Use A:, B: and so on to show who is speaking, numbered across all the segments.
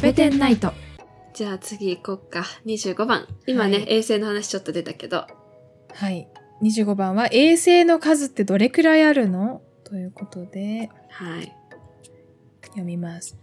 A: ペテンナイト。
B: じゃあ次行こうか。25番。今ね、
C: はい
B: 衛星の話ちょっと出たけど。
C: はい。25番は、衛星の数ってどれくらいあるのということで、
B: はい。
C: 読みます。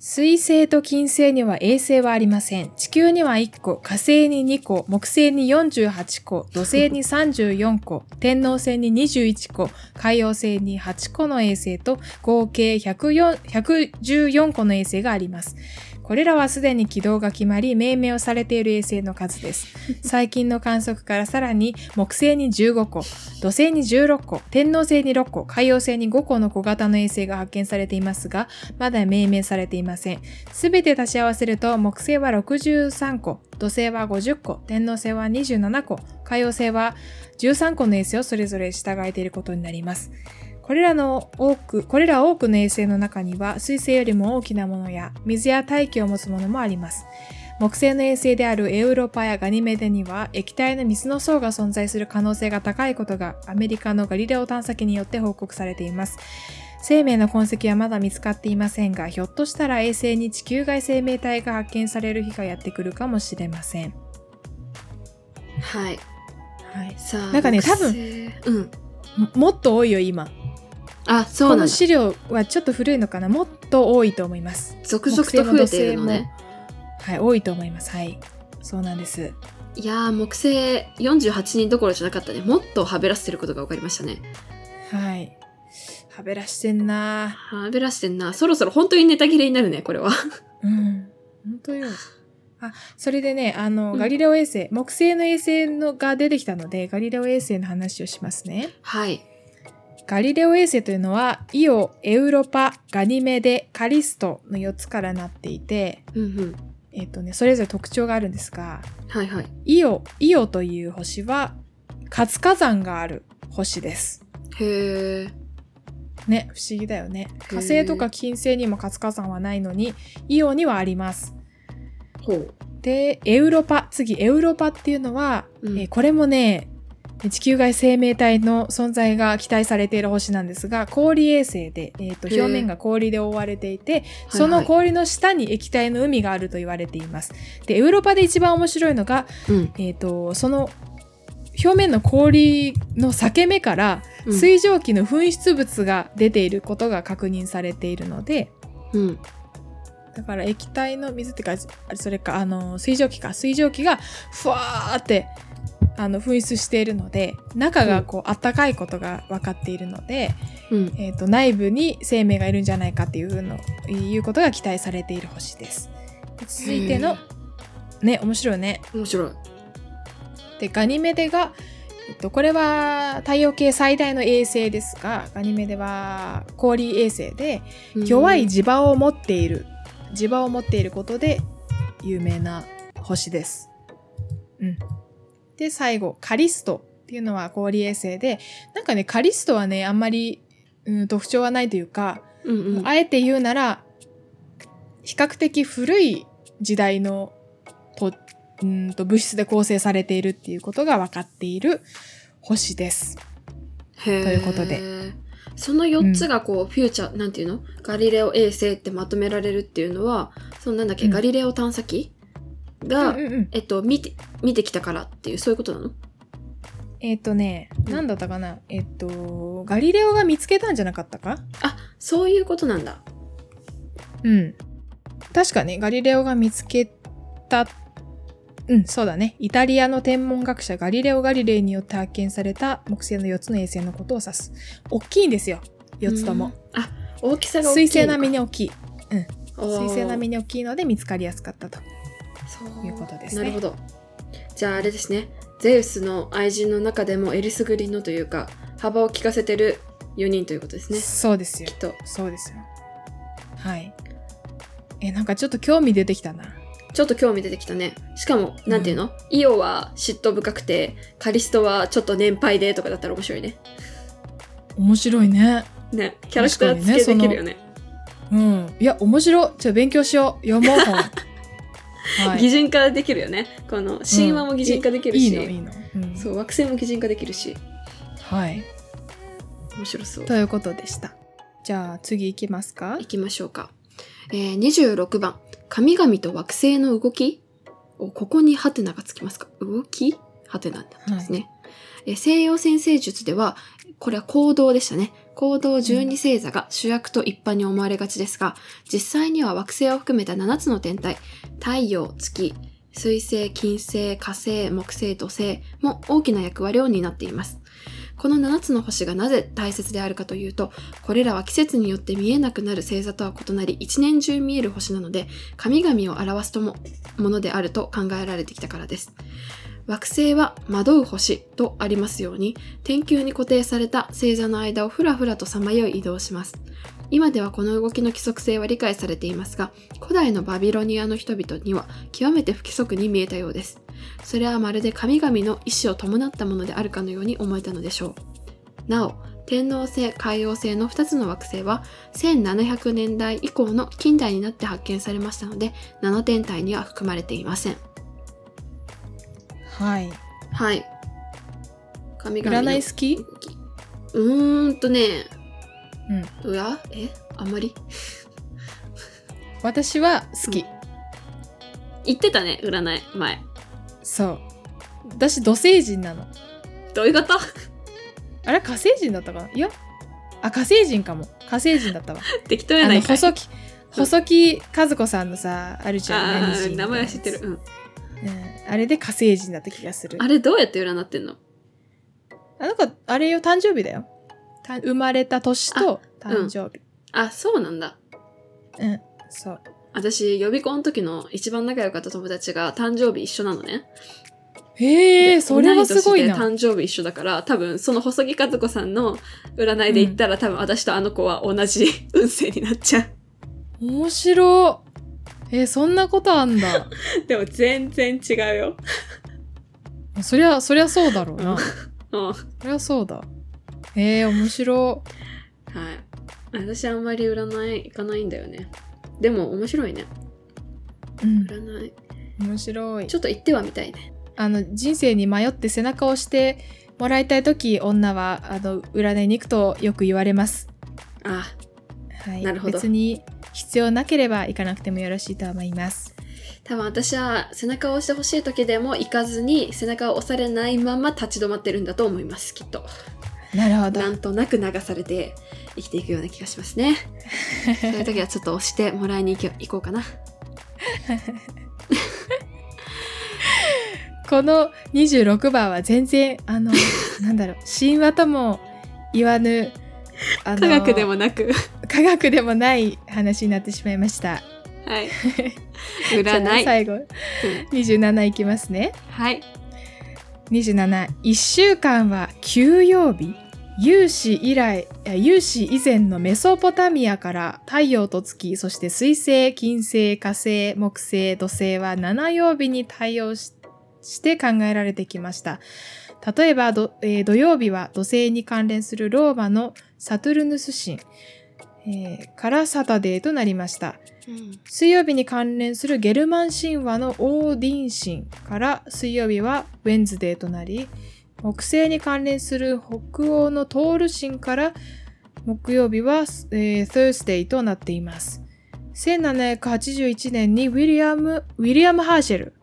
C: 水星と金星には衛星はありません。地球には1個、火星に2個、木星に48個、土星に34個、天王星に21個、海洋星に8個の衛星と合計104 114個の衛星があります。これらはすでに軌道が決まり、命名をされている衛星の数です。最近の観測からさらに木星に15個、土星に16個、天王星に6個、海洋星に5個の小型の衛星が発見されていますが、まだ命名されていません。すべて足し合わせると、木星は63個、土星は50個、天王星は27個、海洋星は13個の衛星をそれぞれ従えていることになります。これらの多く、これら多くの衛星の中には、水星よりも大きなものや、水や大気を持つものもあります。木星の衛星であるエウロパやガニメデには液体の水の層が存在する可能性が高いことがアメリカのガリレオ探査機によって報告されています生命の痕跡はまだ見つかっていませんがひょっとしたら衛星に地球外生命体が発見される日がやってくるかもしれません、
B: はい。
C: はい、
B: さあ。
C: なんかね
B: 木星うん。
C: ももっと多いよ今
B: あ、そ
C: こ
B: うなん
C: の
B: だ。
C: 資料はちょっと古いのかなもっと多いと思います
B: 続々と増えているのね。
C: はい多いと思いますはいそうなんです
B: いやー、木星48人どころじゃなかったね。もっとはべらせてることが分かりましたね。
C: はいはべらしてんな
B: はべらしてんな。そろそろ本当にネタ切れになるね、これは。
C: うん。本当よ。あ、それでね、あの、
B: うん
C: ガリレオ衛星、木星の衛星のが出てきたので、ガリレオ衛星の話をしますね。
B: はい。
C: ガリレオ衛星というのは、イオ、エウロパ、ガニメデ、カリストの4つからなっていて、
B: うんうん。
C: えっとね、それぞれ特徴があるんですが、
B: はいはい。
C: イオ、イオという星は、活火山がある星です。
B: へー。
C: ね、不思議だよね。火星とか金星にも活火山はないのに、イオにはあります。
B: ほう。
C: で、エウロパ、次、エウロパっていうのは、
B: うん
C: えーこれもね、地球外生命体の存在が期待されている星なんですが、氷衛星で、えーと
B: へー
C: 表面が氷で覆われていて、その
B: はいは
C: 氷の下に液体の海があると言われています。で、エウロパで一番面白いのが、
B: いうん
C: えーとその表面の氷の裂け目から
B: うん
C: 水蒸気の噴出物が出ていることが確認されているので、
B: うん。
C: だから液体の水ってかあれそれかあの水蒸気か水蒸気がふわーってあの噴出しているので中がこう暖かいことが分かっているので、
B: うん。
C: えー、と内部に生命がいるんじゃないかっていうのいうことが期待されている星です。で続いて
B: へ
C: のね面白いね。
B: 面白い。
C: でガニメデが、えっと、これは太陽系最大の衛星ですがガニメデは氷衛星で
B: うん
C: 弱い磁場を持っている磁場を持っていることで有名な星です。うん、で最後カリストっていうのは氷衛星でなんかねカリストはねあんまり、うん、特徴はないというか、
B: うんうん。
C: あえて言うなら比較的古い時代のとうんと物質で構成されているっていうことが分かっている星です。
B: とい
C: いうことで。
B: その4つがこう、フューチャー、なんていうのガリレオ衛星ってまとめられるっていうのは、そのなんだっけ、
C: うん
B: ガリレオ探査機が、
C: うんうんうん
B: えっと、見て、見てきたからっていう、そういうことなの
C: えっ、とね、
B: うん
C: なんだったかな、えっ、と、ガリレオが見つけたんじゃなかったか
B: あ、そういうことなんだ。
C: うん。確かね、ガリレオが見つけた、うん、そうだね。イタリアの天文学者ガリレオ・ガリレイによって発見された木星の4つの衛星のことを指す。大きいんですよ、4つと
B: う
C: も
B: ん。。あ、大きさが大きい
C: 水
B: の
C: 星
B: か。
C: 並みに大きい。
B: おー、
C: 水星並みに大きいので見つかりやすかったと。
B: そう
C: いうことですね
B: なるほど。じゃああれですね。ゼウスの愛人の中でもえりすぐりのというか、幅を利かせてる4人ということですね。
C: そうですよ
B: き。っと。
C: そうですよ。はい。え、なんかちょっと興味出てきたな。
B: ちょっと興味出てきたね。しかも、なんていうの、イオは嫉妬深くて、カリストはちょっと年配でとかだったら面白いね。
C: 面白いね。
B: ね、キャラクター付けできるよね。
C: うん。いや、面白い。ちょっと勉強しよう。読もう 本。はい
B: 擬人化できるよね。この神話も擬人化できる
C: い
B: し、
C: いのいいの、うん
B: そう惑星も擬人化できるし、
C: はい
B: 面白そう
C: と。いうことでしたじゃあ次いきますか
B: 行きましょうか。えー26番「神々と惑星の動き」おここにハテナがつきますか動きハテナになってますね、えー西洋先生術ではこれは行動でしたね行動12星座が主役と一般に思われがちですが、実際には惑星を含めた7つの天体太陽月水星金星火星木星土星も大きな役割を担っていますこの7つの星がなぜ大切であるかというとこれらは季節によって見えなくなる星座とは異なり一年中見える星なので神々を表すともものであると考えられてきたからです惑星は惑う星とありますように天球に固定された星座の間をふらふらとさまよい移動します今ではこの動きの規則性は理解されていますが古代のバビロニアの人々には極めて不規則に見えたようですそれはまるで神々の意志を伴ったものであるかのように思えたのでしょうなお天王星海王星の2つの惑星は1700年代以降の近代になって発見されましたので7天体には含まれていません
C: はい。
B: はい神々の
C: 占い好き
B: うーんとね
C: うん。
B: うわえあんまり
C: 私は好き。
B: 言ってたね占い前
C: そう。私、土星人なの。
B: どういうこと
C: あれ、火星人だったかないや。あ、火星人かも。火星人だ ったわ。
B: 適当
C: あ
B: やな
C: の、
B: いかい
C: 細木、細木和子さんのさ、あるじゃん。
B: あ
C: 何
B: ー
C: 人
B: 名前は知ってる、。うん、
C: うん。あれで火星人だった気がする。
B: あれどうやって占ってんの
C: あなんか、あれよ、誕生日だよ。た生まれた年と誕生日。
B: あそうなんだ
C: うん。そう。
B: 私予備校の時の一番仲良かった友達が誕生日一緒なのね
C: へえ、
B: で
C: それはすごい
B: 同
C: な。
B: 年で誕生日一緒だから多分その細木和子さんの占いで言ったら、多分私とあの子は同じ運勢になっちゃ
C: 面白いえーそんなことあんだ
B: う でも全然違うよ
C: そりゃそりゃそうだろう
B: う
C: なん
B: うんは
C: そりゃそうだえー、面白
B: い私あんまり占い行かないんだよねでも面白いね
C: いうん
B: 占い
C: 面白い
B: ちょっと行ってはみたいね
C: あの人生に迷って背中を押してもらいたい時女はあの占いに行くとよく言われます
B: あ
C: はい
B: なるほど
C: 別に必要なければ行かなくてもよろしいと思います
B: 多分私は背中を押してほしい時でも行かずに背中を押されないまま立ち止まってるんだと思いますきっと
C: なるほど
B: なんとなく流されて生きていくような気がしま すねそういう時はちょっと押してもらいに行け行こうかな
C: この26番は全然あ のなんだろう神話とも言わぬあの
B: 科学でも なく
C: 科学でもない話になってしまいました。
B: はい
C: じゃあ
B: 占い
C: 最後27いきますね。
B: はい
C: 271週間は休養日有史以来あ有史以前のメソポタミアから太陽と月そして水星金星火星木星土星は7曜日に対応しして考えられてきました例えばどえー土曜日は土星に関連するローマのサトゥルヌス神、えーからサタデーとなりました
B: うん
C: 水曜日に関連するゲルマン神話のオーディン神から水曜日はウェンズデーとなり木星に関連する北欧のトール神から木曜日は、えー、Thursday となっています1781年にウィリアム・ウィリアム・ハーシェル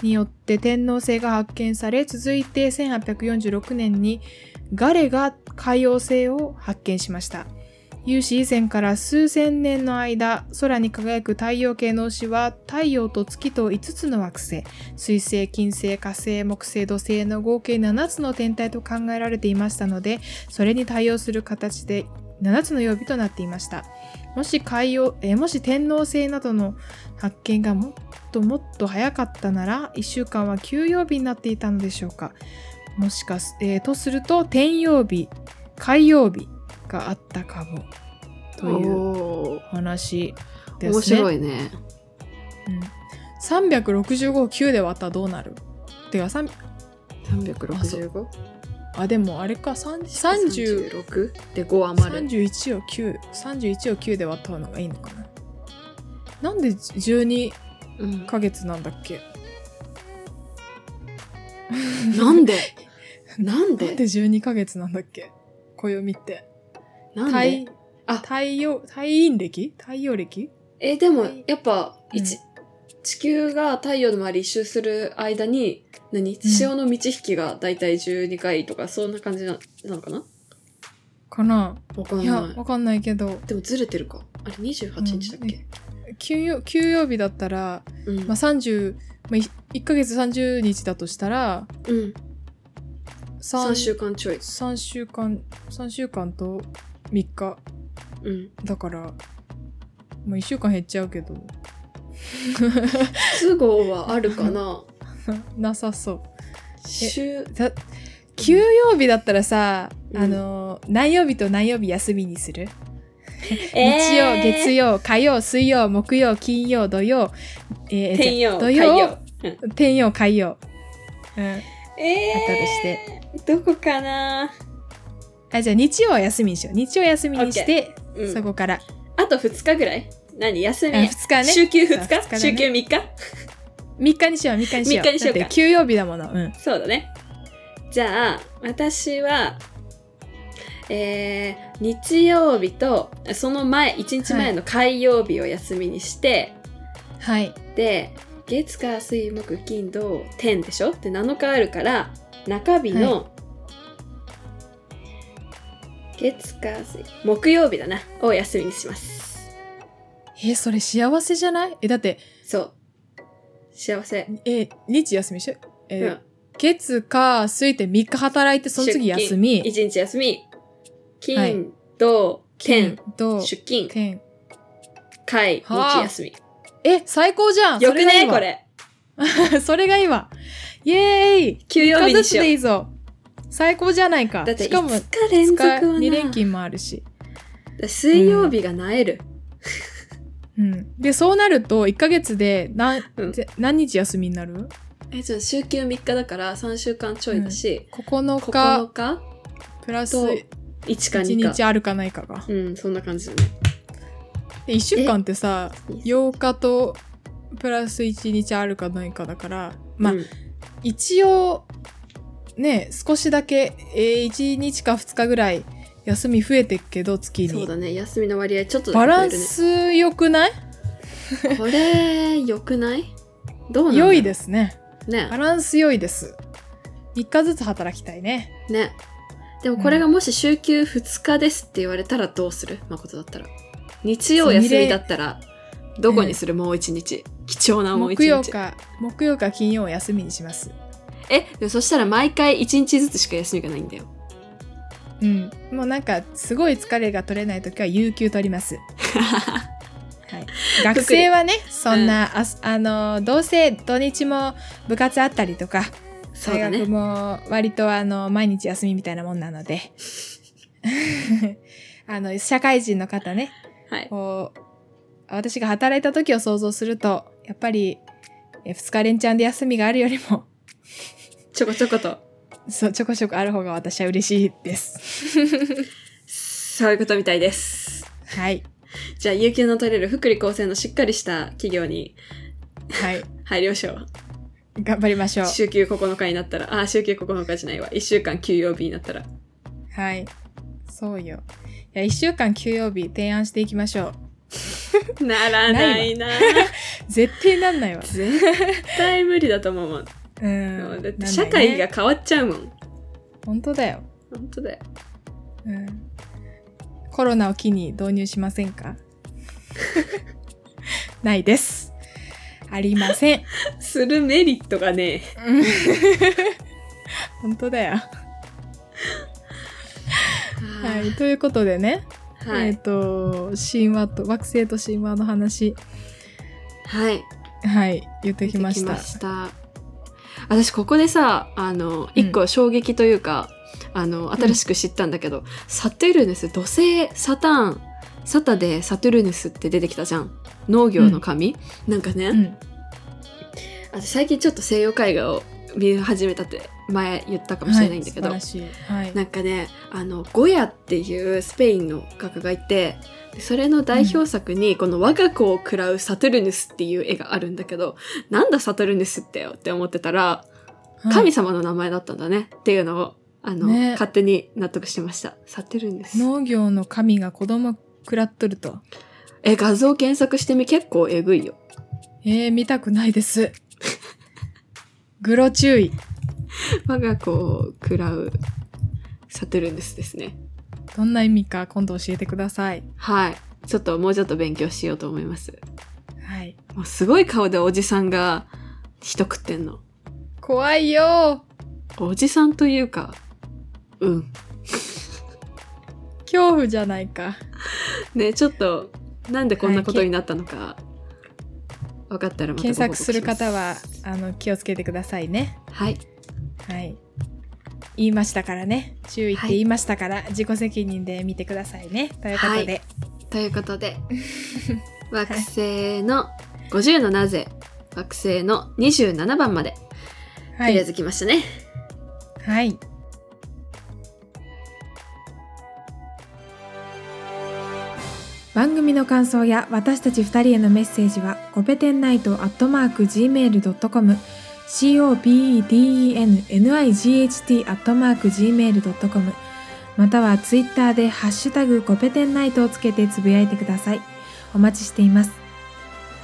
C: によって天皇星が発見され続いて1846年にガレが海洋星を発見しました有史以前から数千年の間空に輝く太陽系の星は太陽と月と5つの惑星水星金星火星木星土星の合計7つの天体と考えられていましたのでそれに対応する形で7つの曜日となっていましたもし海洋えーもし天王星などの発見がもっともっと早かったなら1週間は休養日になっていたのでしょうかもしかす、えーとすると天曜日海曜日があったかもという
B: おー
C: 話ですね。
B: 面白いね
C: うん、365を9で割ったらどうなるてか3
B: 365
C: あでもあれか3 30
B: 36で5余る
C: 31を9 31を9で割ったのがいいのかななんで12
B: うん
C: ヶ月なんだっけ
B: なんで な
C: な
B: ん
C: ん
B: で
C: で12ヶ月なんだっけ暦って
B: なんで
C: 太
B: あ
C: 太陽太陰暦太陽暦
B: えーでも
C: はい
B: やっぱ、一地球が太陽の周り一周する間に何潮の満ち引きがだいたい12回とかそんな感じななのかな
C: かな
B: わかん
C: いや、
B: な
C: わかんないけど
B: い。、でもずれてるか。あれ28日だっけ、
C: 休養休養日だったら、
B: うん
C: まあ、30、まあ、1ヶ月30日だとしたら、
B: うん、
C: 三
B: 3週間ちょい。
C: 三週間、3週間と3日。
B: うん、
C: だから、もう1週間減っちゃうけど、
B: 都合はあるか な
C: なさそ
B: 週
C: う。だ休養日だったらさ、
B: うん
C: あの、何曜日と何曜日休みにする日
B: 日
C: 曜、月曜、火曜、水曜、木曜、金曜、土曜、えー
B: 天
C: じゃあ
B: 曜
C: 土
B: 海
C: 曜
B: 洋、
C: 天曜、火曜。うん。あっ
B: え
C: たとして。
B: どこかな
C: あ、じゃあ日曜は休みにしよう。日曜休みにして、
B: うん
C: そこから。
B: あと2日ぐらい何休み、
C: あ2日ね。
B: 週休2
C: あ二
B: 日
C: 日だね
B: 週休3日
C: 3日にしよう、3日にしよう。
B: 三日にしようか
C: だって休養日だもの。うん。
B: そうだねじゃあ私はえー日曜日とその前1日前の火曜日を休みにして、
C: はい。
B: で月火水木金土天でしょで7日あるから中日の、月火水木曜日だなを休みにします
C: え、それ幸せじゃないえ、だって、
B: そう幸せ、
C: え、日休みでしょえ
B: うん、
C: 月、火、水って3日働いて、その次休み。
B: 1日休み金、
C: はい
B: 土天
C: 金、土、
B: 出勤
C: 天。
B: 会
C: はあ
B: 日休み
C: え、最高じゃん
B: よくねこ
C: そがいいわ
B: れ
C: それがいいわ。イエーイ
B: 休養日
C: 一
B: に
C: ずつ
B: しよう
C: でいいぞ。最高じゃないか
B: だっ。て
C: しかも、
B: 5日連続はな
C: 2連勤もあるし。
B: 水曜日がなえる、
C: うん。で、そうなると、1ヶ月で何、
B: うん
C: ぜ何日休みになる
B: えじゃあ週休3日だから3週間ちょいだし、
C: ?9 日、
B: 9日
C: プラス
B: と
C: 1
B: 1か2か
C: 日あるかないかが。
B: うんそんな感じだね
C: で、1週間ってさ、
B: よ
C: 8日と、プラス1日あるかないかだから、まあ、
B: うん
C: 一応ね少しだけ、えー1日か2日ぐらい休み増えてっけど月に
B: そうだね休みの割合ちょっとだけ
C: バラン
B: 増
C: ス良くない
B: えるねこれ良くないどうなんだろう
C: 良いですねバ
B: ね
C: ランス良いです3日ずつ働きたいね
B: ねでもこれがもし週休2日ですって言われたらどうする誠だったら日曜休みだったらどこにする、もう一日貴重なもう一
C: 木
B: 日
C: 曜か木曜か金曜を休みにします
B: えでもそしたら毎回一日ずつしか休みがないんだよ
C: うんもうなんかすごい疲れが取れない時は有給取り ますはい、学生はねそんな、あすあのどうせ土日も部活あったりとか
B: そう
C: 大
B: だ
C: 学
B: ね
C: も割とあの毎日休みみたいなもんなので あの社会人の方ね
B: はい
C: こう私が働いた時を想像するとやっぱり2日連チャンで休みがあるよりも
B: ちょこちょこと
C: そうちょこちょこある方が私は嬉しいです。
B: そういうことみたいです
C: はい、
B: じゃあ有給の取れる福利厚生のしっかりした企業に
C: はい、
B: 入りましょう
C: 頑張りましょう。
B: 週休9日になったら、あ、週休9日じゃないわ。1週間休養日に なったら。
C: はい、そうよ。いや1週間休養日提案していきましょう。
B: ならないな
C: 絶対なんないわ。
B: 絶対無理だと思うも
C: う
B: ん。もうんだっ、て
C: なんないね
B: 社会が変わっちゃうもん。
C: 本当だよ。
B: 本当だよ。
C: うんコロナを機に導入しません かないです。ありません。
B: するメリットがね。
C: 本当だよ。は。。
B: はい
C: ということでね、
B: は
C: えっ、
B: い。
C: と、神話と、惑星と神話の話、
B: はい。
C: はい、言って
B: で
C: きました。
B: 私、ここでさ、あの、
C: うん
B: 一個衝撃というか、あの、新しく知ったんだけど、サトゥルヌス、土星、サターン、サタでサトゥルヌスって出てきたじゃん。農業の神、なんかね、
C: うん。
B: 私最近ちょっと西洋絵画を見始めたって前言ったかもしれないんだけど、
C: はい、素晴らしい。はい。
B: なんかねあのゴヤっていうスペインの画家がいてでそれの代表作に、この我が子を喰らうサトゥルヌスっていう絵があるんだけどなんだサトゥルヌスってよって思ってたら
C: はい
B: 神様の名前だったんだねっていうのをあの、
C: ね
B: 勝手に納得してましたサトゥルヌス
C: 農業の神が子供くらっとると。
B: え、画像検索してみ結構えぐいよ。
C: えー、見たくない です。グロ注意。
B: 我が子を食らうサトゥルヌスですね。
C: どんな意味か今度教えてください。
B: はい。ちょっともうちょっと勉強しようと思います。
C: はい。
B: もうすごい顔でおじさんが人食ってんの。
C: 怖いよ
B: おじさんというか、うん。
C: 恐怖じゃないか。
B: ね、ちょっと、なんでこんなことになったのか、分かったらまた
C: 検索する方は
B: ご報告し、
C: あの、気をつけてくださいね。
B: ますはい。
C: はい。言いましたからね。注意って言いましたから、自己責任で見てくださいね。ということで。
B: というこ とで、惑星の50のなぜ、惑星の27番まで、と
C: は
B: りあえ
C: い。
B: ず来ましたね。
C: はい。番組の感想や私たち2人へのメッセージは、コペテンナイトアットマーク Gmail.com、copennight アットマーク Gmail.com、またはツイッターでハッシュタグコペテンナイトをつけてつぶやいてください。お待ちしています。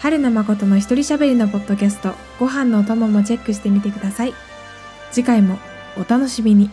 C: 春の誠の一人喋りのポッドキャスト、ご飯のお供もチェックしてみてください。次回もお楽しみに。